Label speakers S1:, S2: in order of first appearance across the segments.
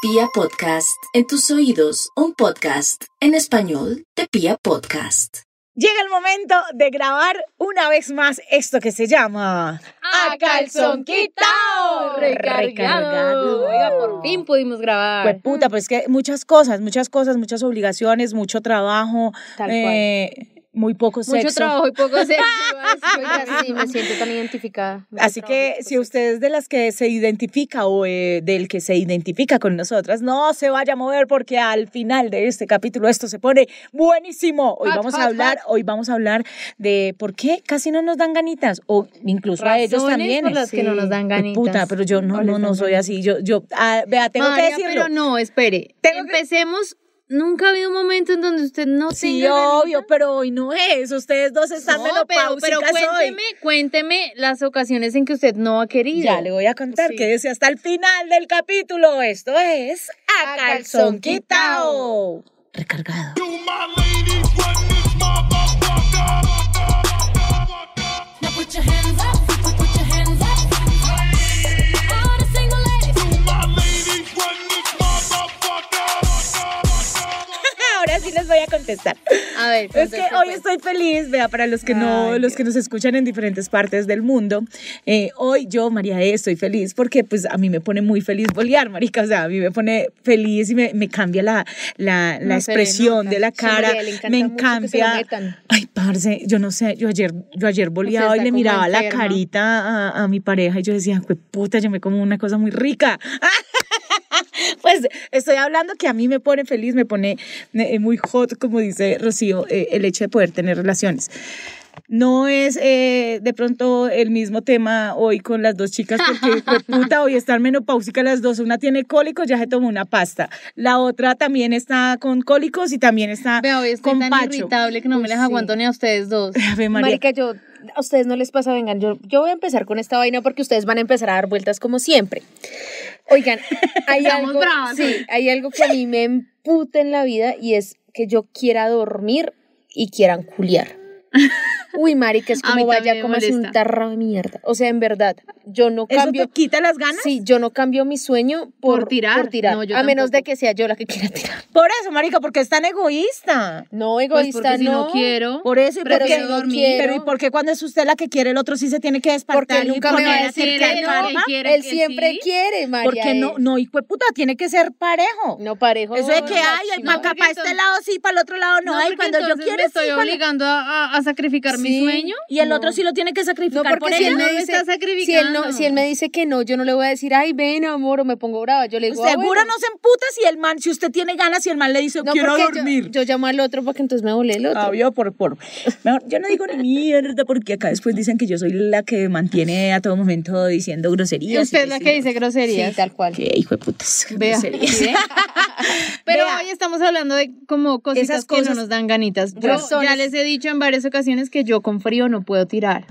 S1: Pia Podcast, en tus oídos, un podcast en español de Pia Podcast.
S2: Llega el momento de grabar una vez más esto que se llama
S3: a calzón quitao, recargado.
S2: Recargado.
S3: Oiga, por fin pudimos grabar.
S2: Pues puta, pero es que muchas cosas, muchas cosas, muchas obligaciones, mucho trabajo,
S3: Tal
S2: eh, muy poco
S3: Mucho
S2: sexo.
S3: trabajo y poco sexo. Oiga, sí, me siento tan identificada. Mucho
S2: Así
S3: trabajo y
S2: que
S3: poco
S2: si usted es de las que se identifica o eh, del que se identifica con nosotras, no se vaya a mover porque al final de este capítulo esto se pone buenísimo. Hoy
S3: Hot,
S2: vamos
S3: hot,
S2: a hablar, hoy vamos a hablar de por qué casi no nos dan ganitas o incluso a ellos
S3: Razones
S2: también.
S3: por las que no nos dan ganitas.
S2: Puta, pero yo no,
S3: O les
S2: no, no
S3: dan
S2: soy
S3: ganitas.
S2: así. Yo, yo, ah, vea, tengo que
S3: María,
S2: decirlo.
S3: pero no, espere.
S2: Tengo que-
S3: Empecemos. Nunca ha habido un momento en donde usted no
S2: Sí,
S3: tenga ganitas.
S2: obvio, pero hoy no es. Ustedes dos están
S3: No, pero,
S2: menopáusicas
S3: pero
S2: hoy.
S3: cuénteme, cuénteme las ocasiones en que usted no ha querido.
S2: Ya le voy a contar,
S3: Sí.
S2: quédese hasta el final del capítulo. Esto es A,
S3: A
S2: Calzón
S3: Calzón
S2: Quitao. Recargado. Ahora sí les voy a contestar.
S3: A ver,
S2: Es que
S3: conteste,
S2: hoy
S3: pues.
S2: estoy feliz, vea, para los que no,
S3: Ay,
S2: los que nos escuchan en diferentes partes del mundo. eh, hoy yo, María E, estoy feliz porque pues a mí me pone muy feliz bolear, marica, o sea, a mí me pone feliz y me, me cambia la, la, la
S3: No se le
S2: expresión
S3: nota.
S2: de la
S3: Sí, María, E,
S2: cara,
S3: le encanta
S2: me
S3: mucho que se lo
S2: cambia.
S3: metan.
S2: Ay, parce, yo no sé, yo ayer, yo ayer boleaba y
S3: está
S2: le
S3: como
S2: miraba la
S3: enferma.
S2: carita a, a mi pareja y yo decía, "Jue puta, yo me como una cosa muy rica. Pues estoy hablando que a mí me pone feliz, me pone eh, muy hot, como dice Rocío, eh, el hecho de poder tener relaciones. No es eh, de pronto el mismo tema hoy con las dos chicas, porque hijo de puta, hoy están menopáusicas las dos. Una tiene cólicos, ya se tomó una pasta. La otra también está con cólicos y también está
S3: Veo, hoy estoy
S2: con
S3: tan
S2: pacho.
S3: irritable que no me
S2: Uy,
S3: les
S2: sí.
S3: aguanto ni a ustedes dos. Pues,
S2: Ave María.
S4: Marica, yo, a ustedes no les pasa, vengan, yo, yo voy a empezar con esta vaina porque ustedes van a empezar a dar vueltas como siempre. Oigan, hay
S3: Estamos
S4: algo,
S3: bravas
S4: sí,
S3: hoy.
S4: hay algo que a mí me emputa en la vida y es que yo quiera dormir y quieran culiar. Uy, marica, es
S3: A mí
S4: como
S3: también
S4: vaya,
S3: me
S4: como es un
S3: molesta.
S4: tarro de mierda. O sea, en verdad, yo no
S2: ¿Eso
S4: cambio.
S2: te quita las ganas?
S4: Sí, yo no cambio mi sueño por,
S3: Por tirar. No,
S4: a
S3: yo
S4: menos de
S3: tampoco.
S4: que sea yo la que quiera tirar.
S2: Por eso, marica, porque es tan egoísta.
S4: No,
S3: Pues
S4: egoísta,
S3: porque si no
S4: no
S3: quiero.
S2: Por eso, y
S3: Pero
S2: porque,
S3: si no
S2: pero ¿y
S4: quiero.
S2: por qué cuando es usted la que quiere, el otro sí se tiene que despertar
S4: Porque nunca
S2: y
S4: me
S2: poner
S4: va a
S2: a
S4: decir
S2: decir
S4: que
S2: que ¿ah?
S4: no.
S2: calma?
S3: quiere
S4: Él
S3: que
S4: siempre
S3: sí.
S4: quiere, María.
S2: Porque no,
S4: eh.
S2: no, hijo de puta, tiene que ser parejo.
S4: No parejo.
S2: Eso de que,
S3: no,
S2: ay,
S3: no,
S2: para acá,
S3: porque
S2: para este
S3: entonces-
S2: lado sí, para el otro lado no. ay,
S3: porque
S2: cuando yo
S3: entonces
S2: quiero
S3: me
S2: sí,
S3: estoy
S2: cuando-
S3: obligando a, a- a sacrificar mi
S4: Sí.
S3: sueño.
S2: Y el
S4: No.
S2: otro sí lo tiene que
S4: No,
S2: sacrificar por
S4: porque si él,
S2: ella.
S4: me
S3: no me
S4: dice,
S3: está
S4: si, él no,
S3: sacrificando.
S4: si él me dice que no, yo no le voy a decir, ay, ven, amor, o me pongo brava. Yo le digo, "Ah,
S2: Seguro
S4: bueno".
S2: no se emputa si el man, si usted tiene ganas y el man le dice, quiero
S4: porque yo-
S2: dormir.
S4: Yo, llamo al otro para que entonces me volé el otro.
S2: Obvio, por, por. Mejor, yo no digo ni mierda porque acá después dicen que yo soy la que mantiene a todo momento diciendo groserías.
S3: Usted es la que dice groserías.
S4: Sí, tal cual.
S2: Que hijo de putas.
S3: Vea.
S2: groserías.
S3: ¿sí ve? Pero
S2: Vea.
S3: hoy estamos hablando de como cositas
S2: Esas
S3: que
S2: cosas-
S3: no nos dan ganitas. Yo
S2: Razones.
S3: ya les he dicho en varias ocasiones que yo con frío no puedo tirar.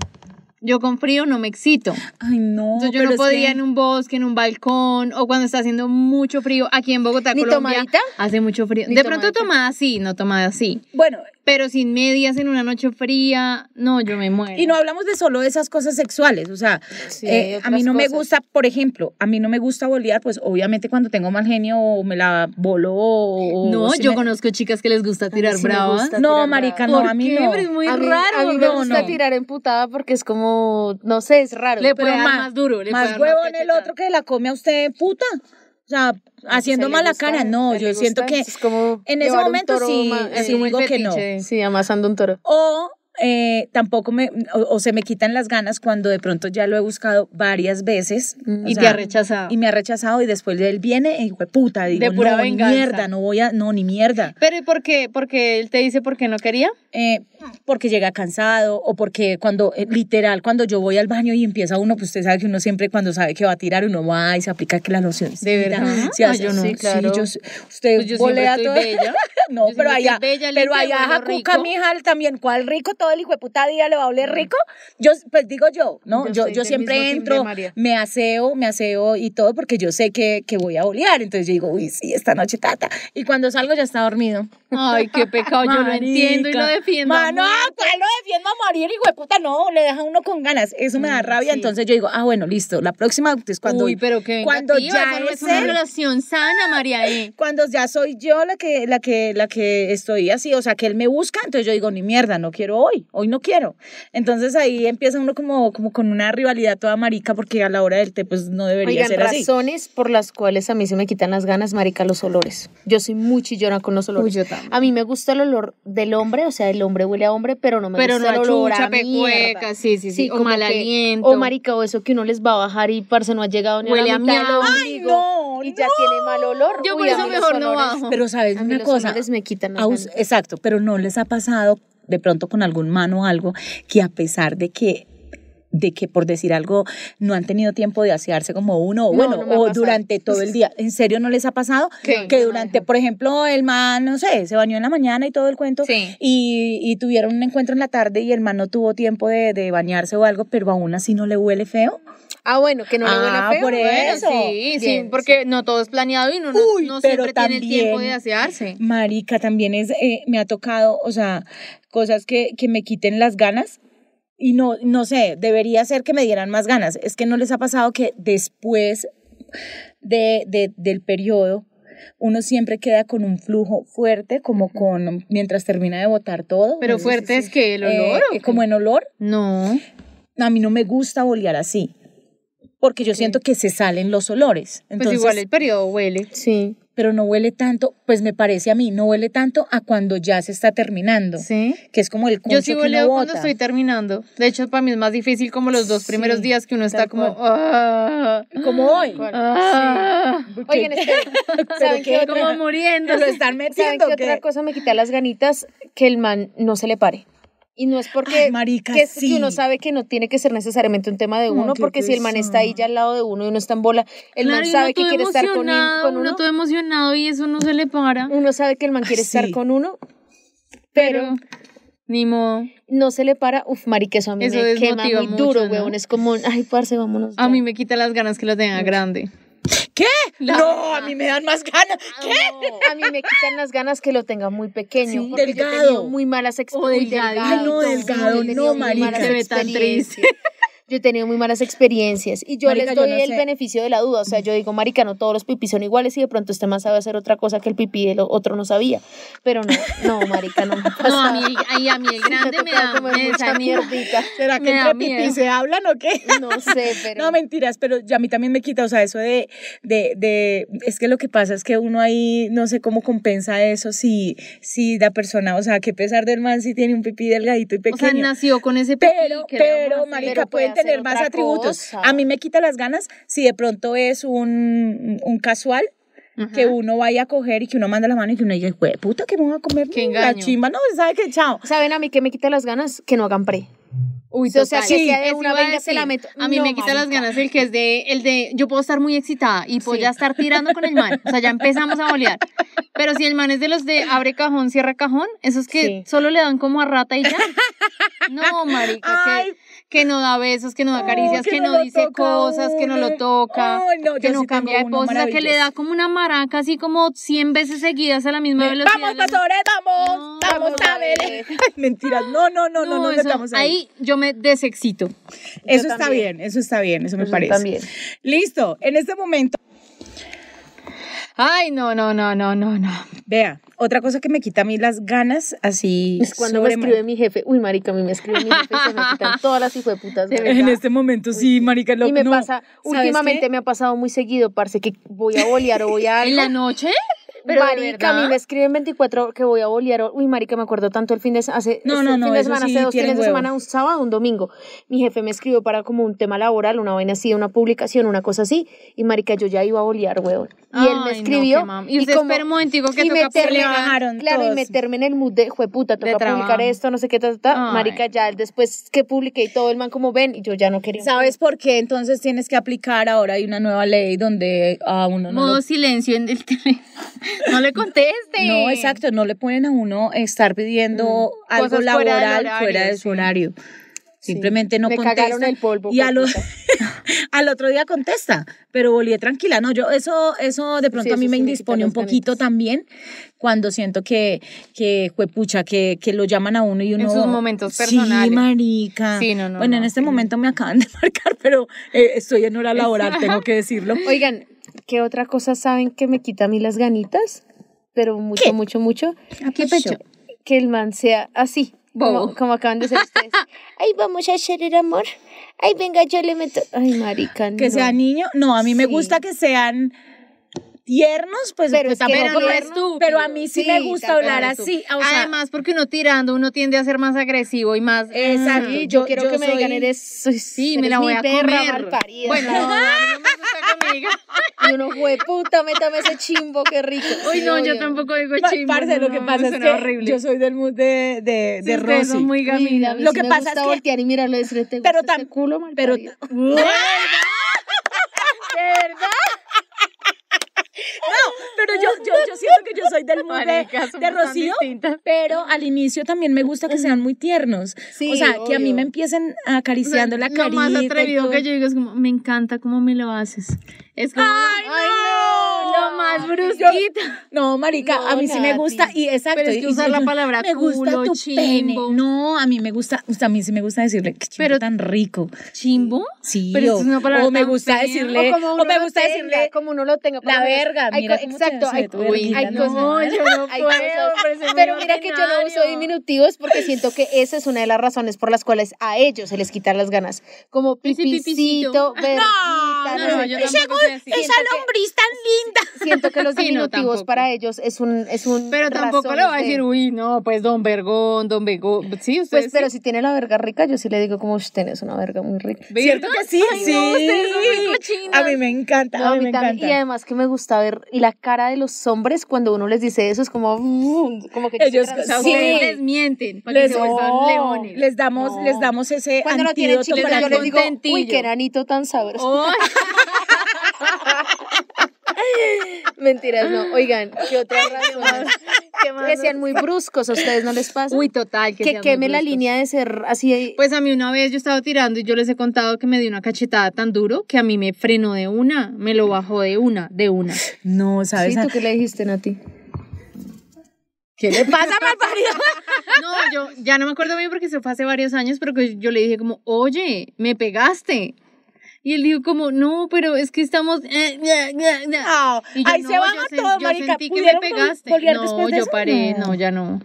S3: Yo con frío no me excito.
S2: Ay, no.
S3: Entonces yo
S2: pero
S3: no
S2: es
S3: podría
S2: que-
S3: en un bosque, en un balcón o cuando está haciendo mucho frío. Aquí en Bogotá,
S4: ¿Ni
S3: Colombia,
S4: tomadita?
S3: hace mucho frío.
S4: ¿Ni
S3: De pronto
S4: tomadita?
S3: tomada así, no tomada así.
S2: Bueno,
S3: Pero sin medias en una noche fría, no, yo me muero.
S2: y no hablamos de solo de esas cosas sexuales, o sea,
S4: Sí,
S2: eh,
S4: hay
S2: a mí
S4: otras
S2: no me
S4: cosas.
S2: gusta, por ejemplo, a mí no me gusta bolear, pues obviamente cuando tengo mal genio o me la bolo o...
S3: No,
S2: o si
S3: yo
S2: me-
S3: conozco chicas que les gusta tirar
S4: sí me
S3: bravas.
S4: gusta
S2: No,
S4: tirar
S2: marica,
S3: ¿Por
S2: no, a mí
S3: qué?
S2: no.
S3: Pero es muy
S4: a mí,
S3: raro.
S4: a mí me
S2: no,
S4: gusta
S2: no.
S4: tirar emputada porque es como, no sé, es raro.
S3: Le
S2: Pero
S3: puede dar
S2: ma-
S3: más duro, le puede
S2: más
S3: dar
S2: huevo
S3: más
S2: en el
S3: cachetada.
S2: otro que la come a usted, puta. O sea, haciendo
S4: Se le
S2: mala
S4: gusta,
S2: cara, no,
S4: se
S2: yo
S4: le
S2: siento
S4: gusta,
S2: que
S4: eso es como
S2: en ese
S4: llevar un
S2: momento
S4: toro
S2: sí,
S4: ma-
S2: sí
S3: eh, muy
S2: digo que no.
S3: fetiche.
S4: Sí, amasando un toro.
S2: O eh, tampoco me, o, o se me quitan las ganas cuando de pronto ya lo he buscado varias veces. o
S3: Y te
S2: sea,
S3: ha rechazado.
S2: Y me ha rechazado y después él viene y hijo de puta, digo,
S3: De
S2: no,
S3: pura
S2: ni
S3: venganza.
S2: mierda, no voy a, no, ni mierda.
S3: Pero ¿y por qué? Porque él te dice por qué no quería.
S2: Eh, porque llega cansado o porque cuando, eh, literal, cuando yo voy al baño y empieza uno, pues usted sabe que uno siempre cuando sabe que va a tirar, uno va y se aplica que la loción.
S3: ¿De verdad?
S2: Se
S3: Ah,
S2: hace,
S3: yo no.
S2: sí,
S3: Sí, claro.
S2: yo, sé. usted
S3: Pues yo siempre
S2: volea
S3: estoy
S2: todo.
S3: bella.
S2: No,
S3: Yo
S2: pero
S3: siento que
S2: allá,
S3: bella,
S2: pero
S3: limpia,
S2: allá
S3: huelo
S2: Jacuca,
S3: rico. Mm.
S2: mija, también, ¿cuál rico? Todo el hijo de puta día le va a oler rico. Yo, pues digo yo, ¿no?
S3: Yo
S2: Yo,
S3: soy
S2: yo
S3: del
S2: siempre
S3: mismo timbre,
S2: entro,
S3: María.
S2: me aseo, me aseo y todo porque yo sé que, que voy a olear. Entonces yo digo, uy, sí, esta noche tata. Y cuando salgo ya está dormido.
S3: Ay, qué pecado, yo lo entiendo y lo
S2: Marica.
S3: defiendo.
S2: Mano,
S3: amor.
S2: ¿cuál lo defiendo a morir, hijo de puta? No, le deja uno con ganas. Eso me da rabia.
S3: Mm, sí.
S2: Entonces yo digo, ah, bueno, listo. La próxima es cuando.
S3: Uy, pero que
S2: cuando ya
S3: no
S2: es,
S3: es una
S2: él,
S3: relación sana, María E.
S2: cuando ya soy yo la que, la que, la que estoy así, o sea, que él me busca, entonces yo digo, ni mierda, no quiero hoy, hoy no quiero. Entonces ahí empieza uno como, como con una rivalidad toda marica, porque a la hora del té, pues no debería
S4: Oigan,
S2: ser así.
S4: razones por las cuales a mí se me quitan las ganas, marica, los olores. Yo soy muy chillona con los olores.
S3: Uy, yo también.
S4: A mí me gusta el olor del hombre, o sea, el hombre huele a hombre, pero no me
S3: Pero no
S4: gusta
S3: a
S4: el olor
S3: chucha,
S4: a mierda.
S3: pecueca, sí, sí, sí, o
S4: como
S3: mal
S4: que-
S3: aliento.
S4: O marica, o eso que uno les va a bajar y parce no ha llegado ni
S3: Huele
S4: a
S3: a
S4: la mitad del
S3: miau. Ay,
S4: ombligo
S2: no,
S4: y ya tiene mal olor.
S3: Yo por
S4: Uy, a
S3: eso
S4: mí los
S3: mejor no
S4: olores-
S3: bajo.
S2: Pero sabes
S4: a mí
S2: una
S4: los
S2: cosa,
S4: olores me quitan las
S2: a us-
S4: ganas.
S2: exacto, pero no les ha pasado de pronto con algún man o algo que a pesar de que de que por decir algo no han tenido tiempo de asearse como uno o
S4: No,
S2: bueno
S4: no me ha
S2: o
S4: pasado.
S2: durante todo el día en serio no les ha pasado
S3: ¿Qué?
S2: que durante por ejemplo el man no sé se bañó en la mañana y todo el cuento
S3: Sí.
S2: y, y tuvieron un encuentro en la tarde y el man no tuvo tiempo de, de bañarse o algo pero aún así no le huele feo
S4: Ah, bueno, que no le huela
S2: Ah,
S4: feo.
S2: por
S4: bueno.
S2: eso.
S3: Sí, sí,
S4: Bien,
S3: porque no todo es planeado y uno no,
S2: Uy,
S3: no
S2: pero
S3: siempre tiene el tiempo
S2: también-
S3: de asearse.
S2: Marica, también es, eh, me ha tocado, o sea, cosas que, que me quiten las ganas y no, no sé, debería ser que me dieran más ganas. Es que no les ha pasado que después de, de- del periodo uno siempre queda con un flujo fuerte, como con, mientras termina de botar todo.
S3: Pero
S2: Sí, sí,
S3: fuerte es que el
S2: sí.
S3: olor.
S2: Eh,
S3: ¿o qué?
S2: como en olor,
S3: No.
S2: a mí no me gusta olear así, porque yo siento que se salen los olores.
S3: Pues
S2: Entonces,
S3: igual el periodo huele.
S4: Sí.
S2: pero no huele tanto, pues me parece a mí, no huele tanto a cuando ya se está terminando,
S3: Sí.
S2: que es como el concho
S3: Yo
S2: que
S3: sí
S2: uno
S3: hueleo cuando
S2: bota.
S3: estoy terminando. De hecho, para mí es más difícil como los dos primeros
S2: Sí,
S3: días que uno está
S2: tal
S3: como...
S2: cual.
S3: "Ah,
S2: como hoy.
S3: ah",
S4: Oigan, esperen. ¿Saben qué otra?
S3: como muriendo.
S2: lo están
S4: ¿Saben
S2: metiendo
S4: qué
S2: que
S4: otra cosa me quita las ganitas? Que el man no se le pare. Y no es porque
S2: Ay, marica,
S4: que, es-
S2: sí.
S4: que uno sabe que no tiene que ser necesariamente un tema de
S2: No,
S4: uno,
S2: qué
S4: porque si el man está ahí ya al lado de uno y uno está en bola, el man sabe que quiere estar con, in- con
S3: Uno
S4: uno,
S3: todo emocionado y eso no se le para.
S4: uno sabe que el man
S2: Ay,
S4: quiere estar
S2: sí.
S4: con uno,
S3: Pero... Ni modo.
S4: no se le para, uf, marica, eso a mí
S3: Eso
S4: me quema
S3: desmotiva
S4: muy
S3: mucho,
S4: duro,
S3: ¿no?
S4: huevón, es como, ay, parce, vámonos.
S3: A
S4: ya".
S3: mí me quita las ganas que lo tenga grande.
S2: ¿Qué?
S3: La-
S2: no, Ah, a mí me dan más ganas. ¿Qué?
S4: A mí me quitan las ganas que lo tenga muy pequeño,
S2: Sí,
S4: porque yo he
S2: delgado.
S4: tenido muy malas
S3: O
S4: experiencias.
S3: delgadito.
S2: Ay, no,
S3: Sí,
S2: delgado,
S3: he
S2: no,
S3: tenido muy
S2: marica.
S3: malas Se ve tan
S4: experiencias.
S3: triste.
S4: Yo he tenido muy malas experiencias y yo
S2: Marica,
S4: les
S2: yo
S4: doy
S2: no
S4: el
S2: sé.
S4: beneficio de la duda. O sea, yo digo, marica, no todos los pipí son iguales y de pronto este man sabe hacer otra cosa que el pipí del otro no sabía. Pero no, no, marica, no me ha
S3: No, a
S4: pasado.
S3: mí, el- ay, a mí el
S4: Me ha
S3: grande me
S4: tocado
S3: da,
S4: comer
S3: me
S4: mucha
S3: da
S4: mierdita.
S2: ¿Será que
S3: Me da
S2: entre pipí
S3: miedo.
S2: se hablan o qué?
S4: No sé, pero...
S2: No, mentiras, pero ya a mí también me quita, o sea, eso de, de, de, es que lo que pasa es que uno ahí, no sé cómo compensa eso, si, si la persona, o sea, que pesar del man si tiene un pipí delgadito y
S3: O sea,
S2: pequeño.
S3: nació con ese pipí,
S2: pero,
S3: ¿qué le
S2: pero,
S3: vamos a hacer?
S2: marica,
S4: Pero puede
S2: pueden tener
S4: hacer
S2: más
S4: otra
S2: atributos.
S4: cosa.
S2: A mí me quita las ganas si de pronto es un, un casual
S3: Ajá.
S2: que uno vaya a coger y que uno manda la mano y que uno diga, "Jue puta, que me voy a comer Mm,
S3: Qué
S2: la
S3: engaño.
S2: chimba, no, sabe que chao.
S4: ¿Saben a mí que me quita las ganas? Que no hagan pre.
S3: Uy,
S4: O sea,
S3: total.
S4: que sea de
S3: eso
S4: una,
S3: iba a
S4: venga, te
S3: decir.
S4: la meto.
S3: A mí
S4: No,
S3: me quita las
S4: marica.
S3: ganas el que es de, el de, yo puedo estar muy excitada y puedo ya estar tirando con el man. O sea, ya empezamos a bolear. Pero si el man es de los de abre cajón, cierra cajón, esos que
S4: Sí.
S3: solo le dan como a rata y ya. No, marica,
S2: Ay.
S3: que, que no da besos, que no da caricias,
S2: Oh,
S3: que, no,
S2: lo
S3: dice
S2: toca
S3: cosas, que no
S2: uno.
S3: lo toca,
S2: Ay, no,
S3: que
S2: yo
S3: no
S2: sí tengo
S3: cambia de
S2: uno
S3: pose, o sea, que le da
S2: maravilloso. Eh,
S3: como una maraca así como 100 veces seguidas a la misma velocidad.
S2: Vamos,
S3: Le-
S2: pastores, vamos,
S3: No,
S2: vamos,
S4: vamos,
S2: a ver.
S4: Abel.
S2: Ay, Mentiras, no, no, no, no, no,
S3: eso-
S2: estamos ahí.
S3: ahí yo me desexcito.
S2: Eso
S4: Yo
S2: está
S4: también.
S2: bien, eso está bien, eso me
S4: Yo
S2: parece.
S4: también.
S2: Listo, en este momento,
S3: Ay, no, no, no, no, no, no.
S2: vea, otra cosa que me quita a mí las ganas, así.
S4: Es cuando me
S2: sobreman-
S4: escribe mi jefe. Uy, marica, a mí me escribe mi jefe y se me quitan todas las hijueputas
S3: De
S4: ganas.
S2: En este momento, sí, marica, lo
S4: Y me
S2: no,
S4: pasa,
S2: ¿sabes
S4: últimamente
S2: qué?
S4: me ha pasado muy seguido, parce, que voy a bolear o voy a
S3: ¿En
S4: algo.
S3: la noche? Pero de
S4: marica, a mí
S3: verdad.
S4: me escriben 24 horas que voy a bolear. o- Uy, marica, me acuerdo tanto el fin de semana, hace
S2: No,
S4: este
S2: no, no,
S4: fin de
S2: eso
S4: semana,
S2: sí
S4: hace dos
S2: tiene
S4: fines de
S2: huevo.
S4: semana, un sábado, un domingo. Mi jefe me escribió para como un tema laboral, una vaina así, una publicación, una cosa así. Y marica, yo ya iba a bolear, weón. Y él me
S3: Ay, no,
S4: escribió.
S3: qué mam- Y usted
S4: como-
S3: espera un momentico que
S4: y
S3: toca
S4: meterme,
S2: publicar. Le bajaron
S4: Claro,
S2: todos.
S4: y meterme en el mood de, jueputa, toca publicar
S3: trabajo.
S4: esto, no sé qué, ta, ta, ta".
S3: Ay.
S4: Marica, ya él después que publiqué y todo el man como ven, y yo ya no quería.
S2: ¿Sabes por qué? Entonces tienes que aplicar ahora hay una nueva ley donde a uno no lo-
S3: Modo silencio en el teléfono. No le conteste.
S2: No, exacto, no le pueden a uno estar pidiendo
S3: Mm,
S2: algo
S3: cosas fuera del
S2: laboral fuera,
S3: horario,
S2: de su
S3: sí.
S2: horario. Simplemente no
S4: me
S2: contesta.
S4: cagaron el polvo,
S2: y al, o-
S4: puta.
S2: al otro día contesta, pero volví tranquila. No, yo eso, eso de pronto
S4: Sí,
S2: a mí
S4: eso
S2: me
S4: sí me quita
S2: indispone un
S4: las
S2: poquito también cuando siento que, que juepucha, que, que lo llaman a uno y uno.
S3: sus momentos
S2: Sí,
S3: personales.
S2: marica.
S3: Sí, no, no,
S2: Bueno, en
S3: no,
S2: este
S3: sí.
S2: momento me acaban de marcar, pero eh, estoy en hora laboral, tengo que decirlo.
S4: Oigan, ¿qué otra cosa saben que me quita a mí las ganitas? Pero mucho,
S2: ¿Qué?
S4: mucho, mucho.
S3: ¿Qué pecho?
S4: Que el man sea así, como,
S3: Bobo.
S4: como acaban de ser ustedes. Ay, vamos a hacer el amor. Ay, venga, yo le meto. Ay, marica,
S2: Que
S4: no.
S2: sean niños, no, a mí me
S4: Sí.
S2: gusta que sean tiernos, pues,
S4: Pero
S2: pues,
S4: es que
S2: tampoco
S4: no
S2: me-
S4: es
S3: estúpido.
S2: pero a mí sí, me
S4: Sí,
S2: gusta
S4: tampoco
S2: hablar
S4: eres tú.
S2: así, o sea,
S3: Además, porque uno tirando, uno tiende a ser más agresivo y más.
S2: eh, Exacto.
S4: Sí, yo,
S2: Yo-
S4: quiero
S2: yo
S4: que me digan,
S2: soy-
S4: eres. soy-
S3: Sí, me
S4: eres
S3: la
S4: mi
S3: voy a
S4: perra
S3: comer.
S4: malparida.
S3: Bueno, no, a mí no me gusta que me digan.
S4: Y uno, güey, puta, métame ese chimbo, qué rico.
S3: Uy,
S4: Sí,
S3: no, yo
S4: obvio.
S3: tampoco digo
S2: pa-
S3: chimbo.
S2: parce, lo
S3: no,
S2: que
S3: me
S2: pasa es
S3: suena
S2: que
S3: horrible.
S2: yo soy del mood de, de,
S3: Sí,
S2: de
S3: ustedes
S2: Rosy.
S3: son muy
S4: Mira, a
S3: gaminas.
S4: mí
S2: Lo
S4: sí
S2: que
S4: me
S2: pasa
S4: gusta
S2: es que-
S4: voltear y mirarlo y decirle, ¿te
S2: Pero
S4: gusta
S2: tam-
S4: este culo,
S2: pero
S4: malparido?
S2: no,
S3: ¿De verdad?
S2: pero yo, yo, yo siento que yo soy del mood de,
S3: Marica, somos
S2: de
S3: tan
S2: Rocío,
S3: distintas.
S2: pero al inicio también me gusta que sean muy tiernos.
S4: Sí,
S2: o sea, que a mí
S4: obvio.
S2: me empiecen
S3: O sea,
S2: acariciando la carita.
S3: Lo más
S2: y
S3: atrevido
S2: todo.
S3: que yo digo es como, me encanta cómo me lo haces. Es como,
S2: ¡Ay, no!
S3: lo más brusquito.
S2: No, marica,
S4: No,
S2: a mí sí me
S4: Nati.
S2: gusta y exacto.
S3: Pero es que
S2: y- y-
S3: usar la
S2: yo-
S3: palabra
S2: me gusta
S3: culo,
S2: tu
S3: chimbo.
S2: pene. No, a mí me gusta, o sea, a mí sí me gusta decirle que chimbo
S3: Pero-
S2: tan rico.
S3: ¿Chimbo?
S2: Sí,
S3: Pero esto
S2: o,
S3: es una palabra
S2: o me
S3: tan
S2: gusta
S3: fea.
S2: decirle,
S4: O como
S2: o
S4: eh, uno
S2: me
S4: lo
S2: gusta
S4: tenga,
S2: decirle
S4: como uno lo tenga. por
S2: la
S4: lo menos.
S2: verga,
S4: Hay
S2: mira
S4: co-
S2: cómo te
S4: exacto,
S2: hace
S4: hay,
S2: de tu
S4: co-
S2: verguita,
S4: hay
S2: ¿no?
S4: cosas.
S3: No, yo no
S4: hay
S3: puedo,
S4: cosas.
S3: pero eso es
S4: Pero
S3: muy
S4: mira que yo no uso
S3: ordinario.
S4: diminutivos porque siento que esa es una de las razones por las cuales a ellos se les quitan las ganas. Como
S3: Ese pipicito.
S4: pipicito, verguita, no,
S3: No,
S4: sé
S3: yo
S4: qué.
S3: tampoco sé así.
S4: Siento que-
S2: lombriz tan linda.
S4: Siento que los
S3: Sí, no,
S4: diminutivos
S3: tampoco.
S4: para ellos es un es un
S3: Pero tampoco
S4: razón
S3: le va a
S4: de-
S3: decir, uy, no, pues don Vergón, don Begón. Sí,
S4: Pues,
S3: ustedes.
S4: pero si tiene la verga rica, yo sí le digo como, "Ush, tenés una verga muy rica.
S3: sí.
S2: ¿Cierto que sí?
S3: Ay,
S2: sí.
S3: no, ustedes son muy cochinas.
S2: a mí me encanta,
S4: No,
S2: a
S4: a
S2: mí,
S4: mí
S2: me
S4: también.
S2: encanta.
S4: Y además que me gusta ver la cara de los hombres cuando uno les dice eso, es como, "Mm", como que
S2: Ellos-
S3: O sea,
S4: quisieran-
S2: Sí.
S3: ustedes les ¡Oh! mienten para
S2: Les-
S3: que se vuelvan
S4: no,
S3: leones.
S2: Les damos,
S4: No.
S2: les damos ese
S4: Cuando no tienen
S2: antídoto
S4: chile,
S2: para
S4: yo
S2: que-
S4: les digo, uy,
S3: contentillo".
S4: qué enanito tan sabroso.
S3: Ay,
S4: Oh, Mentiras, no. Oigan, ¿qué otras razones?
S3: qué más-
S4: que sean muy bruscos, ¿a ustedes no les pasa?
S3: Uy, total. Que,
S4: que
S3: sean
S4: queme
S3: muy
S4: la
S3: bruscos.
S4: línea de ser así.
S3: Pues a mí una vez yo estaba tirando y yo les he contado que me dio una cachetada tan duro que a mí me frenó de una, me lo bajó de una, de una.
S2: No, ¿sabes?
S4: ¿Sí? ¿Tú qué le dijiste, Nati?
S2: ¿Qué le pasa, malparida?
S3: No, yo ya no me acuerdo bien porque se fue hace varios años, pero que yo le dije como, oye, me pegaste. Y él dijo como, no, pero es que estamos... eh, eh, eh, eh".
S2: No,
S3: Y yo,
S2: ahí
S3: "No,
S2: se baja
S3: yo sen-
S2: todo,
S3: yo
S2: marica.
S3: sentí que me
S2: ¿Pudieron vol-
S3: pegaste.
S2: volver
S3: No,
S2: después de
S3: yo
S2: eso?
S3: paré, no, ya no.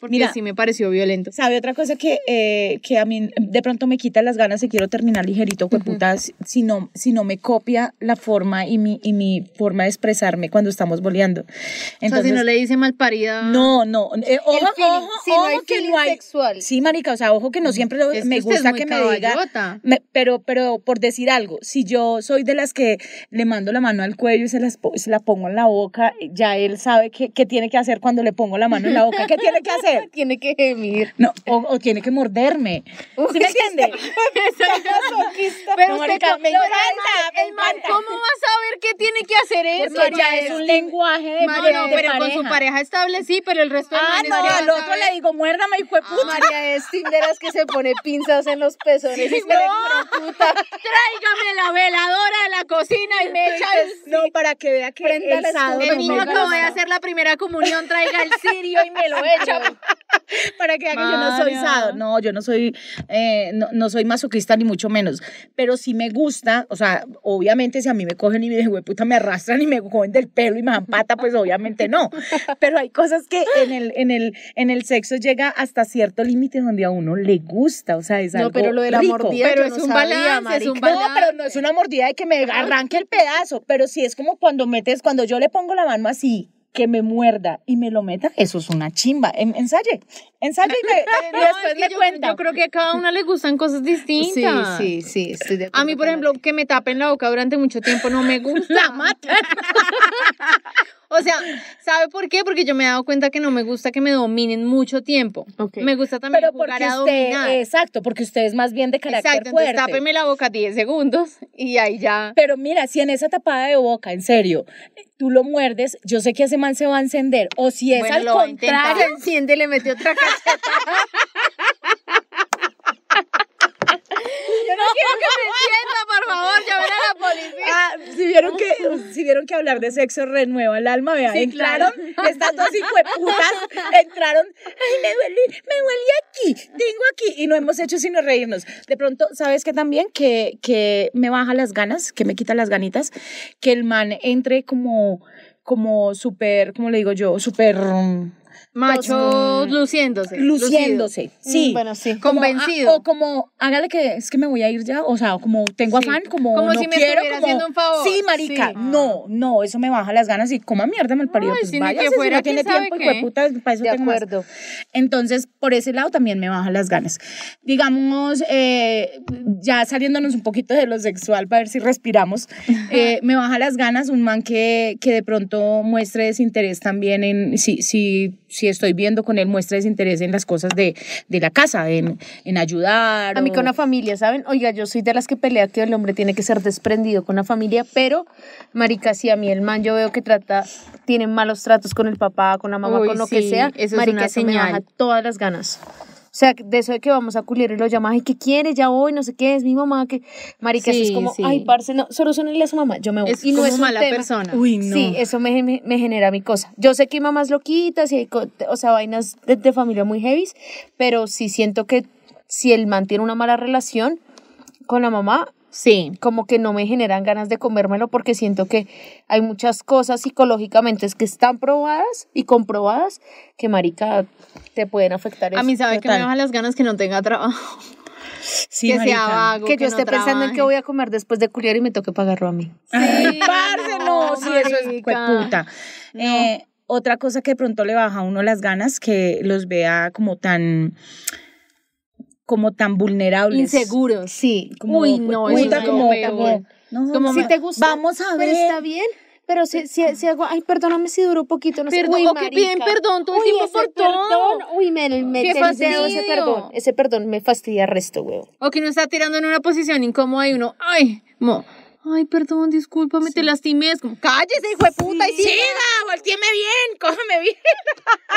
S3: Porque
S2: Mira.
S3: sí me pareció violento.
S2: ¿Sabe otra cosa que, eh, que a mí de pronto me quita las ganas y quiero terminar ligerito, jueputa, si- si, no, si no me copia la forma y mi, y mi forma de expresarme cuando estamos boleando?
S3: o sea,
S2: Entonces,
S3: si no le dice malparida...
S2: no, no, eh, ojo,
S4: feeling,
S2: ojo,
S4: si no hay
S2: ojo que
S4: feeling
S2: no hay.
S4: sexual.
S2: Sí, marica, o sea, ojo que no siempre lo-
S3: Mm. Es que
S2: me
S3: usted es
S2: gusta
S3: muy
S2: que me diga.
S3: caballota.
S2: me- pero, pero por decir algo, si yo soy de las que le mando la mano al cuello y se, las po- se la pongo en la boca, ya él sabe qué, qué tiene que hacer cuando le pongo la mano en la boca. ¿Qué tiene que hacer?
S4: Tiene que gemir.
S2: No, o, o tiene que morderme. ¿Sí me entiende?
S3: Pero
S2: No,
S3: usted
S2: marica,
S3: co-
S2: me
S3: pero el
S2: encanta,
S3: man-
S2: me
S3: el man,
S2: encanta.
S3: ¿cómo va a saber que tiene que hacer eso?
S2: Porque ya es
S3: Marica?
S2: un lenguaje de,
S3: No,
S2: de-
S3: no,
S2: de
S3: pero con
S2: pareja.
S3: su pareja estable sí, pero el resto del
S2: Ah,
S3: man es
S2: no,
S3: que va a
S2: al otro
S3: saber.
S2: le digo, muérdame, hijo de puta.
S4: María es tinderas que se pone pinzas en los pezones. y se le- puta.
S3: Tráigame la veladora de la cocina y me echa el...
S2: No, para que vea que
S4: Prenda
S2: el
S4: la
S2: sábado
S4: estufa,
S3: El niño
S2: domingo,
S4: venga,
S3: acabó de
S4: no.
S3: hacer la primera comunión, traiga el cirio y me lo echa. Eh,
S2: para que vea que yo no soy
S3: María.
S2: sado. No, yo no soy, eh, no, no soy masoquista ni mucho menos. Pero sí me gusta, o sea, obviamente si a mí me cogen y me hijo de puta me arrastran y me cogen del pelo y me dan pata, pues obviamente no. Pero hay cosas que en el, en el, en el sexo llega hasta cierto límite donde a uno le gusta, o sea, es
S4: No,
S2: algo
S4: pero lo de la
S2: rico.
S4: mordida
S3: Pero
S4: yo
S3: es
S4: no
S3: un
S4: sabía,
S3: balance, es
S4: marica.
S3: un
S2: No, pero no es una mordida de que me arranque el pedazo, pero si es como cuando metes, cuando yo le pongo la mano así, que me muerda y me lo meta, eso es una chimba. En- ensaye, ensaye y, me- y
S3: No,
S2: después
S3: es que
S2: me
S3: yo,
S2: cuenta.
S3: yo creo que a cada una le gustan cosas distintas.
S4: Sí, sí, sí, estoy de acuerdo.
S3: A mí, por
S4: con
S3: ejemplo, que me tapen la boca durante mucho tiempo no me gusta. O sea, ¿sabe por qué? Porque yo me he dado cuenta que no me gusta que me dominen mucho tiempo.
S4: Ok.
S3: Me gusta también
S5: Pero
S3: jugar
S5: porque
S3: a dominar.
S5: usted, exacto, porque usted es más bien de carácter
S3: Exacto, entonces
S5: fuerte.
S3: tápeme la boca 10 segundos y ahí ya.
S5: Pero mira, si en esa tapada de boca, en serio, tú lo muerdes, yo sé que ese man se va a encender. O si es
S3: Bueno,
S5: al
S3: lo va a intentar.
S5: contrario,
S4: Se enciende, le metió otra cacheta.
S3: por favor, llamen a la policía.
S2: Ah, si vieron que si vieron que hablar de sexo renueva el alma, vean, entraron, estas dos hijueputas entraron, ay, me duele, me duele aquí, tengo aquí y no hemos hecho sino reírnos. De pronto, ¿sabes qué también? Que que me baja las ganas, que me quita las ganitas, que el man entre como como súper, ¿cómo le digo yo? Súper mm,
S3: Machos luciéndose.
S2: luciéndose. Sí.
S4: Mm, Bueno, sí.
S3: lucido,
S2: Como, ah,
S3: Convencido.
S2: o como, hágale que es que me voy a ir ya, o sea, o como tengo
S3: Sí.
S2: afán, como,
S3: Como
S2: no
S3: si me
S2: quiero,
S3: estuviera
S2: como,
S3: haciendo un favor.
S2: Sí, marica,
S3: Sí.
S2: no, no, eso me baja las ganas y coma mierda mal parido,
S3: Ay,
S2: pues
S3: si ni que
S2: váyase, si
S3: fuera,
S2: no tiene
S3: ¿quién sabe
S2: tiempo,
S3: qué?
S2: hijo de puta, para eso
S4: De
S2: tengo más.
S4: acuerdo.
S2: Entonces, por ese lado también me bajan las ganas. Digamos, eh, ya saliéndonos un poquito de lo sexual para ver si respiramos, eh, me baja las ganas un man que, que de pronto muestre desinterés también en, si, si, si estoy viendo con él, muestre desinterés en las cosas de, de la casa, en, en ayudar.
S4: A mí
S2: o-
S4: con la familia, ¿saben? Oiga, yo soy de las que pelea que el hombre tiene que ser desprendido con la familia, pero, marica, si a mí el man yo veo que trata, tiene malos tratos con el papá, con la mamá,
S3: Uy,
S4: con lo
S3: sí,
S4: que sea,
S3: eso es
S4: marica,
S3: una
S4: eso me
S3: señal.
S4: baja todas las ganas. O sea, de eso de que vamos a culiar y lo llamas, ay, ¿qué quieres? Ya voy, no sé qué, es mi mamá, que... Marica, eso
S3: Sí,
S4: es como,
S3: sí.
S4: ay, parce, no, solucionenle a su mamá, yo me voy.
S3: Es
S4: y no
S3: como
S4: es un
S3: mala
S4: tema.
S3: persona.
S2: Uy, no.
S4: Sí, eso me, me, me genera mi cosa. Yo sé que hay mamás loquitas y hay, co- o sea, vainas de, de familia muy heavy, pero sí siento que si él mantiene una mala relación con la mamá,
S3: Sí.
S4: como que no me generan ganas de comérmelo porque siento que hay muchas cosas psicológicamente es que están probadas y comprobadas que, marica, te pueden afectar.
S3: A
S4: eso.
S3: mí sabe que me
S2: Total.
S3: bajan las ganas que no tenga trabajo.
S2: Sí,
S3: que sea
S2: marica.
S3: vago.
S4: que yo
S3: no
S4: esté pensando en
S3: trabaje.
S4: qué voy a comer después de culiar y me toque pagarlo a mí.
S3: Sí,
S2: Parce, no, sí, eso es
S3: marica.
S2: puta. Eh, otra cosa que de pronto le baja a uno las ganas, que los vea como tan, como tan vulnerables.
S3: Inseguros.
S4: Sí.
S2: Como, pues,
S3: Uy, no,
S2: puta,
S3: eso es lo
S2: como,
S3: peor.
S2: como, no,
S3: Como
S4: si
S3: me-
S4: te gusta.
S2: Vamos
S3: pues,
S2: a
S4: Pero
S2: ver.
S4: está bien. Pero si, si, si hago, ay, perdóname si duró poquito, no
S3: Perdón,
S4: sé. Uy,
S3: o que piden
S4: marica.
S3: perdón todo el
S4: Uy,
S3: tiempo
S4: ese
S3: por todo.
S4: perdón. Uy, me, me
S3: Qué
S4: me
S3: fastidio.
S4: ese perdón. Ese perdón me fastidia resto, weón.
S3: O que uno está tirando en una posición incómoda y uno, ay, mo, ay, perdón, discúlpame, te lastimé. Es como, cállese, hijo de puta, y
S4: Sí.
S3: siga, volteeme bien, cógeme bien.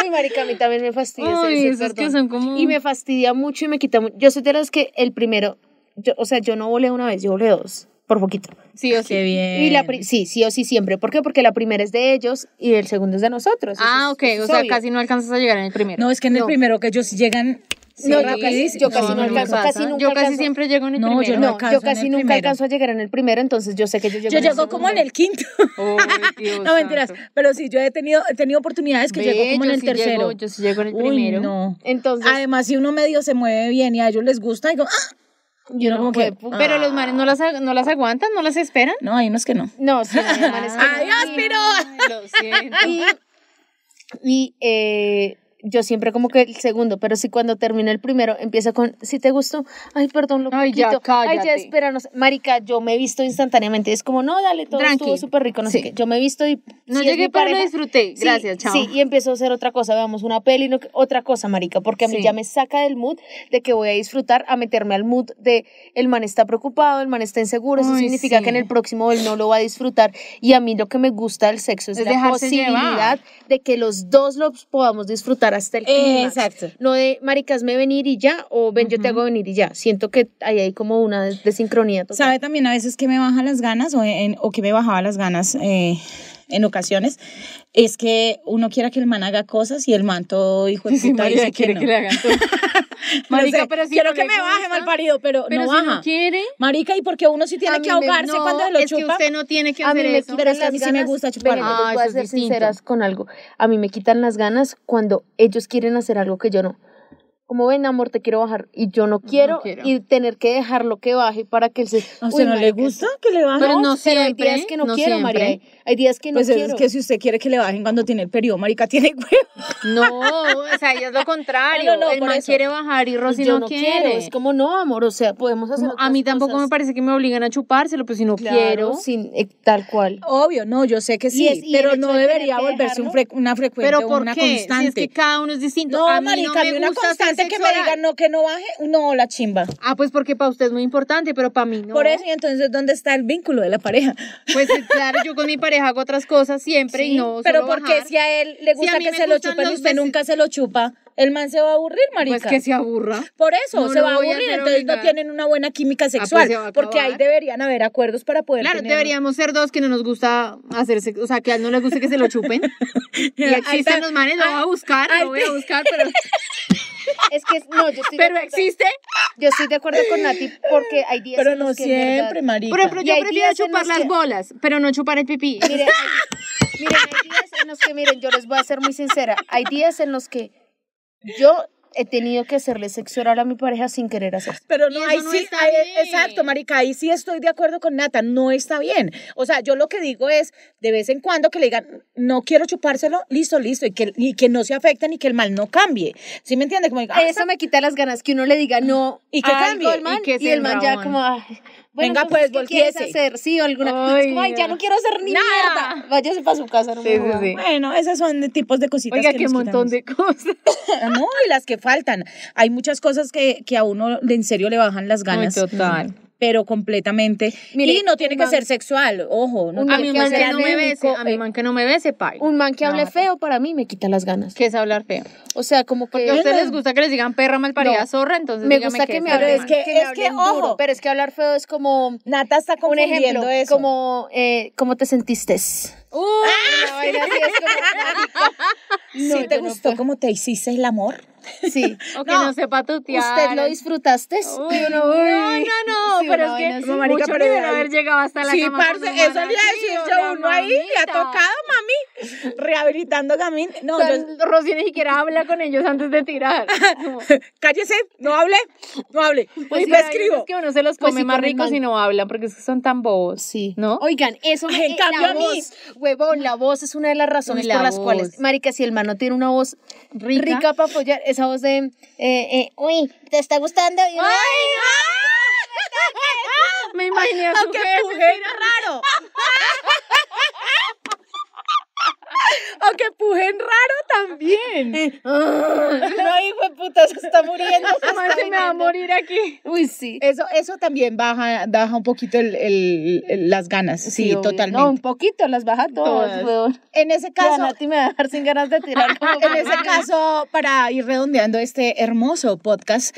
S4: Uy, marica, a mí también me fastidia ese-
S3: Ay,
S4: ese,
S3: esos que
S4: perdón.
S3: son como...
S4: Y me fastidia mucho y me quita mucho. Yo soy de las que el primero, yo- o sea, yo no volé una vez, yo volé dos, por poquito.
S3: Sí o sí.
S2: Qué bien.
S4: Y la pri- sí, sí o sí siempre. ¿Por qué? Porque la primera es de ellos y el segundo es de nosotros. Eso
S3: Ah,
S4: es-
S3: ok,
S4: eso
S3: o
S4: es
S3: sea,
S4: obvio.
S3: casi no alcanzas a llegar en el primero.
S2: No, es que en el primero que ellos llegan...
S4: No, yo
S2: rapidísimo.
S4: casi- yo casi no
S2: me
S4: alcanzo,
S2: pasa.
S4: casi nunca
S3: Yo casi
S4: alcanzo.
S3: siempre llego en el
S2: No, yo
S3: primero.
S4: No,
S2: alcanzo
S4: yo
S2: en el
S4: casi nunca
S2: primero.
S4: alcanzo a llegar en el primero, entonces yo sé que yo llego
S2: Yo
S4: en el
S2: llego como en el quinto.
S3: Ay, Oh, Dios
S2: no, mentiras.
S3: santo.
S2: Pero sí, yo he tenido, he tenido oportunidades que
S3: Ve,
S2: llego como en
S3: yo
S2: el
S3: sí
S2: tercero.
S3: llego- yo sí llego en el
S2: Uy,
S3: primero.
S2: no.
S4: Entonces,
S2: Además, si uno medio se mueve bien y a ellos les gusta, digo, ¡ah!
S4: yo no
S2: como que-
S4: puedo-
S3: Pero los manes no
S4: Ah.
S3: las, ag- no las aguantan, no las esperan.
S2: No, hay unos que no.
S4: No, sí, los animales que no.
S2: ¡Adiós, piro!
S3: Ay, Lo siento.
S4: Y, y, eh, yo siempre como que el segundo, pero si cuando termina el primero empieza con, si te gustó, ay, perdón, lo
S3: Ay, ya,
S4: poquito, ay, ya,
S3: cállate.
S4: espéranos. Marica, yo me he visto instantáneamente, es como, no, dale, todo
S3: Tranqui.
S4: estuvo súper rico, no
S3: Sí.
S4: sé qué. Yo me he visto y...
S3: No
S4: si es
S3: llegué,
S4: mi
S3: pero lo disfruté.
S4: Sí,
S3: Gracias, chao.
S4: Sí, y empiezo a hacer otra cosa, veamos una peli, no que- otra cosa, marica, porque a mí
S3: Sí.
S4: ya me saca del mood de que voy a disfrutar, a meterme al mood de el man está preocupado, el man está inseguro, eso
S3: Ay,
S4: significa
S3: sí.
S4: que en el próximo él no lo va a disfrutar. Y a mí lo que me gusta del sexo es,
S3: Es
S4: la
S3: dejarse
S4: posibilidad
S3: llevar.
S4: de que los dos los podamos disfrutar hasta el clímax.
S2: Exacto.
S4: No de maricas me venir y ya, o ven yo te hago venir y ya. Siento que ahí hay como una des- desincronía total.
S2: ¿Sabe también a veces que me baja las ganas o, en- o que me bajaba las ganas eh, en ocasiones? Es que uno quiera que el man haga cosas y el man todo hijo
S4: pues,
S2: de
S3: Sí,
S2: puta
S3: María
S2: dice que
S3: quiere
S2: no.
S3: que le hagan todo.
S2: No
S3: Marica,
S2: sé,
S3: pero si
S2: quiero
S3: no
S2: que
S3: le
S2: me baje
S3: gusta,
S2: mal parido, pero,
S3: Pero
S2: no
S3: si
S2: baja.
S3: no quiere.
S2: Marica, y porque uno sí
S3: a
S2: tiene
S3: mí
S2: que
S3: me-
S2: ahogarse
S3: no,
S2: cuando lo
S3: es que
S2: chupa.
S3: usted no tiene que
S4: A mí
S3: hacer
S4: me
S3: eso.
S4: quitan
S2: Pero es que a mí
S4: las
S2: sí me
S4: ganas.
S2: gusta chupar.
S4: Venga, yo
S3: Ah,
S4: les voy a
S3: eso es
S4: ser
S3: distinto.
S4: sinceras con algo. A mí me quitan las ganas cuando ellos quieren hacer algo que yo no. como ven, amor, te quiero bajar y yo no quiero,
S3: quiero.
S4: y tener que dejarlo que baje para que él se...
S2: ¿A usted
S4: Uy,
S2: no le
S4: marica,
S2: gusta que le bajen?
S3: Pero no
S4: pero hay
S3: siempre,
S4: días que no,
S3: no
S4: quiero,
S3: siempre.
S4: María. Hay días que no
S2: Pues es
S4: quiero.
S2: que si usted quiere que le bajen cuando tiene el periodo, marica, tiene huevo.
S3: No, o sea, ella es lo contrario.
S4: No, no,
S3: el
S4: por
S3: man
S4: eso.
S3: quiere bajar y
S4: Pues
S3: Rosy
S4: yo
S3: no, quiere.
S4: Es como, no, amor, o sea, podemos hacer
S3: Como, a mí tampoco me parece que me obligan a chupárselo, pues si no quiero.
S4: quiero. Sin, eh, tal cual.
S2: Obvio, no, yo sé que sí,
S4: es- y
S2: pero
S4: el hecho
S2: no
S4: de tener
S2: debería
S4: que
S2: volverse un fre- una frecuente
S3: Pero
S2: o
S3: ¿por
S2: pues, una
S3: qué? Si es
S2: constante.
S3: que cada uno es distinto.
S2: no,
S3: a mí
S2: marica,
S3: no
S2: a
S3: me
S2: mí una
S3: gusta hacer
S2: constante que
S3: sexo
S2: me
S3: oral.
S2: diga no, que no baje, no, la chimba.
S3: Ah, pues porque para usted es muy importante, pero para mí no.
S2: Por eso, y entonces, ¿dónde está el vínculo de la pareja?
S3: Pues eh, claro, yo con mi pareja hago otras cosas siempre y no.
S2: pero
S3: solo
S2: porque
S3: bajar.
S2: si a él le
S3: Si
S2: gusta
S3: a mí
S2: que
S3: me
S2: se lo
S3: gustan
S2: chupen y
S3: los
S2: usted
S3: besos-
S2: nunca se lo chupa, el man se va a aburrir, marica.
S3: Pues que se aburra.
S2: Por eso,
S3: No
S2: se
S3: lo
S2: va a
S3: voy a
S2: aburrir,
S3: hacer
S2: entonces no
S3: obligar.
S2: tienen una buena química
S3: pues
S2: sexual,
S3: se va a
S2: porque ahí
S3: acabar.
S2: deberían haber acuerdos para poder
S3: Claro,
S2: tener-
S3: deberíamos ser dos que no nos gusta hacer sexo, o sea, que a él no le guste que se lo chupen. Y
S2: Ahí está.
S3: existen los manes, lo voy a buscar, lo voy a buscar, pero,
S4: Es que, no, yo estoy,
S3: pero existe.
S4: yo estoy de acuerdo con Nati porque hay días
S2: Pero
S4: en los
S2: no
S4: que en verdad-
S2: siempre, marica.
S3: Por ejemplo,
S4: Y
S3: yo
S4: hay
S3: prefiero
S4: días en
S3: chupar
S4: los
S3: las
S4: que-
S3: bolas, pero no chupar el pipí.
S4: Mire, hay- miren, hay días en los que, miren, yo les voy a ser muy sincera. Hay días en los que yo he tenido que hacerle sexo oral a mi pareja sin querer hacer.
S2: Pero
S3: Y
S2: no,
S3: eso
S2: ahí
S3: no
S2: sí,
S3: está
S2: ahí-
S3: bien.
S2: exacto, marica, ahí sí estoy de acuerdo con Nata, no está bien. O sea, yo lo que digo es, de vez en cuando que le digan, no quiero chupárselo, listo, listo, y que, y que no se afecten y que el mal no cambie. ¿Sí me entiende? Como diga, "Ah,
S4: Eso me quita las ganas que uno le diga no
S2: Y que
S4: a
S2: cambie,
S4: algo al man,
S3: y
S4: y,
S3: que se
S4: el man ya
S3: enraban.
S4: como ay, bueno,
S2: Venga,
S4: entonces,
S2: pues,
S4: ¿qué quieres
S2: volteese.
S4: hacer? Sí, o alguna
S3: Ay,
S4: es como, ay, ya
S3: no.
S4: no quiero hacer ni
S3: Nada.
S4: mierda. Váyase para su casa, no
S3: Sí,
S4: me
S3: sí,
S4: joda.
S3: sí.
S2: Bueno, esas son de tipos de cositas
S3: Oiga,
S2: que
S3: qué
S2: nos
S3: montón
S2: quitamos.
S3: de cosas.
S2: Ah, No, y las que faltan. Hay muchas cosas que, que a uno de en serio le bajan las ganas.
S3: total.
S2: Pero completamente.
S4: Mire,
S2: y no tiene
S4: un
S2: que
S4: man-
S2: ser sexual, ojo. No
S4: un
S3: A
S2: tiene
S3: mí
S4: que
S3: un man que
S4: hacer
S3: no me
S4: alérgico,
S3: bese, a mi
S4: eh,
S3: man que no me bese, pai.
S4: Un man que hable feo para mí me quita las ganas.
S3: ¿Qué es hablar feo?
S4: O sea, como que
S3: Porque a ustedes les gusta que les digan perra, malparida,
S4: No.
S3: zorra, entonces
S4: me
S3: dígame
S4: gusta
S3: qué
S4: que me
S3: es
S4: hablen,
S3: hablar
S2: que-
S3: mal.
S4: que, me
S2: es
S4: hablen
S2: que, ojo.
S4: duro, pero es que hablar feo es como
S2: Nata está
S4: un
S2: confundiendo
S4: ejemplo,
S2: eso.
S4: como eh, ¿cómo te sentiste?
S3: ¡Uh!
S4: Una vaina así es como,
S2: ¿Sí
S4: No,
S2: te
S4: yo no
S2: gustó cómo te hiciste el amor?
S4: sí.
S3: O que no, sepa tutear.
S4: ¿Usted lo disfrutaste?
S3: Uy, no, no, no,
S4: Sí,
S3: pero es
S4: una
S3: que
S4: vaina
S2: así. Marica,
S3: mucho
S2: pero
S3: nivel
S2: de ahí-
S3: haber llegado hasta la
S2: sí,
S3: cama con
S2: parce,
S3: un
S2: eso
S3: man
S2: le iba a
S3: así,
S2: decir
S3: hola,
S2: yo, uno ahí le ha
S3: mamita.
S2: tocado, mami, rehabilitando camino. No,
S3: O sea,
S2: yo,
S3: Rocío ni siquiera habla con ellos antes de tirar. Como-
S2: cállese, no hable, no hable,
S3: Pues
S2: y
S3: sí,
S2: me
S3: hay
S2: escribo.
S3: veces que uno se los
S4: Pues
S3: come
S4: sí,
S3: más
S4: comen
S3: ricos
S4: mal.
S3: y no hablan porque es que son tan bobos.
S4: Sí.
S3: ¿No?
S4: Oigan, eso me
S2: En cambio
S4: la
S2: a mí-
S4: voz, huevón, la voz es una de las razones
S3: Uy, la
S4: por las
S3: voz.
S4: cuales, marica, si el man no tiene una voz
S3: Rica.
S4: rica, para apoyar, esa voz de eh, eh, uy, te está gustando. Y uno,
S3: Me imaginé a su
S2: Aunque
S3: jefe,
S2: puje raro. Aunque pujen raro también.
S4: No, hijo de puta, se está muriendo. se
S3: "Ah, man,
S4: está
S3: se me va a
S4: muriendo".
S3: morir aquí.
S4: Uy, sí.
S2: Eso, eso también baja, baja un poquito el- el- el- las ganas. Sí,
S4: obvio.
S2: totalmente.
S4: No, un poquito, las baja todas,
S3: Todas.
S4: huevón.
S2: en ese
S4: Ya,
S2: caso,
S4: Nati me va a dejar sin ganas de tirar como
S2: en ese caso, para ir redondeando este hermoso podcast,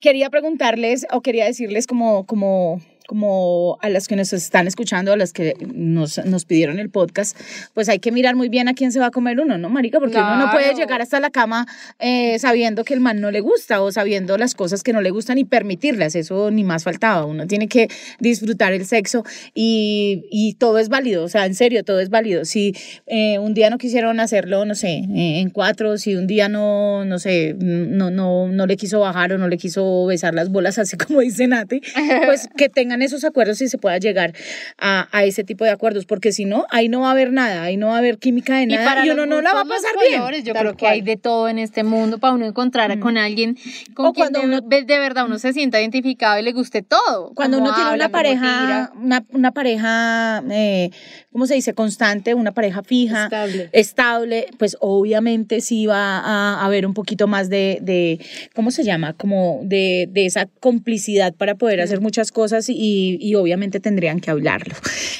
S2: quería preguntarles o quería decirles como, como, como a las que nos están escuchando, a las que nos, nos pidieron el podcast, pues hay que mirar muy bien a quién se va a comer uno, ¿no, marica? Porque uno no puede
S3: Claro.
S2: llegar hasta la cama eh, sabiendo que el man no le gusta o sabiendo las cosas que no le gustan y permitirlas, eso ni más faltaba, uno tiene que disfrutar el sexo y, y todo es válido, o sea, en serio, todo es válido. Si eh, un día no quisieron hacerlo, no sé, eh, en cuatro, si un día no, no sé, no, no, no le quiso bajar o no le quiso besar las bolas, así como dice Nati, pues que tengan esos acuerdos y se pueda llegar a, a ese tipo de acuerdos, porque si no, ahí no va a haber nada, ahí no va a haber química de nada y,
S3: para
S2: uno
S3: los
S2: no la va a
S3: gustos,
S2: pasar
S3: los
S2: bien.
S3: colores, Yo
S2: Tal
S3: creo que
S2: cual.
S3: hay de todo en este mundo para uno encontrar con alguien con
S2: O
S3: quien
S2: cuando
S3: de,
S2: uno-
S3: ve- de verdad uno se sienta identificado y le guste todo.
S2: Cuando
S3: Cómo
S2: uno tiene
S3: habla,
S2: una
S3: cómo
S2: pareja,
S3: tira.
S2: una, una pareja, eh, ¿cómo se dice? Constante, una pareja fija,
S4: Estable.
S2: estable, pues obviamente sí va a haber un poquito más de, de ¿cómo se llama? Como de, de esa complicidad para poder hacer muchas cosas y, y obviamente tendrían que hablarlo.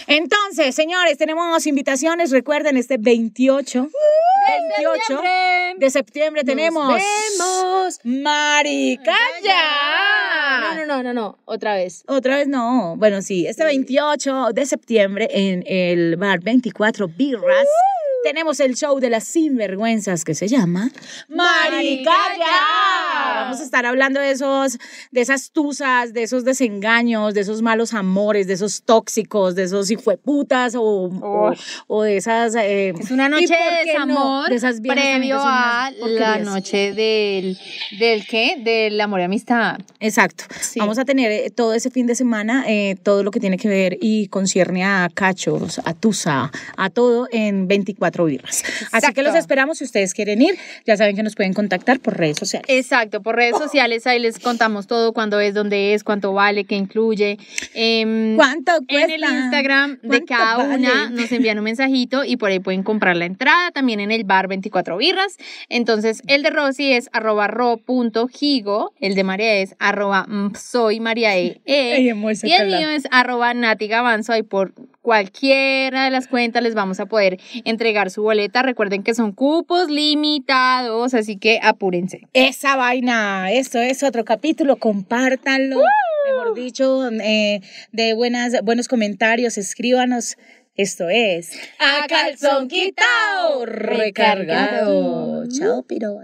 S2: Entonces, señores, tenemos invitaciones, recuerden, este 28, 28 de septiembre tenemos...
S4: vemos.
S2: ¡Maricaya!
S4: No, no, no, no, no, otra vez.
S2: Otra vez no. Bueno, sí, este 28 de septiembre en el bar 24 Birras tenemos el show de las sinvergüenzas que se llama Maricaya. Vamos a estar hablando de esos, de esas tusas, de esos desengaños, de esos malos amores, de esos tóxicos, de esos hijueputas o, o, o de esas. eh,
S3: Es una noche de
S2: qué no?
S3: desamor
S2: De esas viejas
S3: previo
S2: amigas,
S3: a
S2: unas
S3: la
S2: porquerías.
S3: noche del, del qué? Del amor y amistad.
S2: Exacto. Vamos a tener eh, todo ese fin de semana eh, todo lo que tiene que ver y concierne a cachos, a tusa, a todo en 24 birras. Así que los esperamos si ustedes quieren ir. Ya saben que nos pueden contactar por redes sociales.
S3: Exacto, por redes sociales ahí les contamos todo, cuándo es, dónde es, cuánto vale, qué incluye. Em,
S2: ¿Cuánto cuesta?
S3: en el Instagram de
S2: ¿Cuánto
S3: cada una
S2: vale?
S3: nos envían un mensajito y por ahí pueden comprar la entrada también en el bar 24 birras. Entonces, el de Rosy es arroba ro.higo, el de María es arroba soy María E.
S2: Ey, amor,
S3: y el
S2: sácala.
S3: mío es arroba Nati Gavanzo, ahí por cualquiera de las cuentas les vamos a poder entregar su boleta. Recuerden que son cupos limitados, así que apúrense.
S2: Esa vaina, eso es otro capítulo, compártanlo. Mejor dicho, eh, de buenas, buenos comentarios, escríbanos. Esto es
S5: A calzón quitado,
S2: Recargado. Chao, Piro.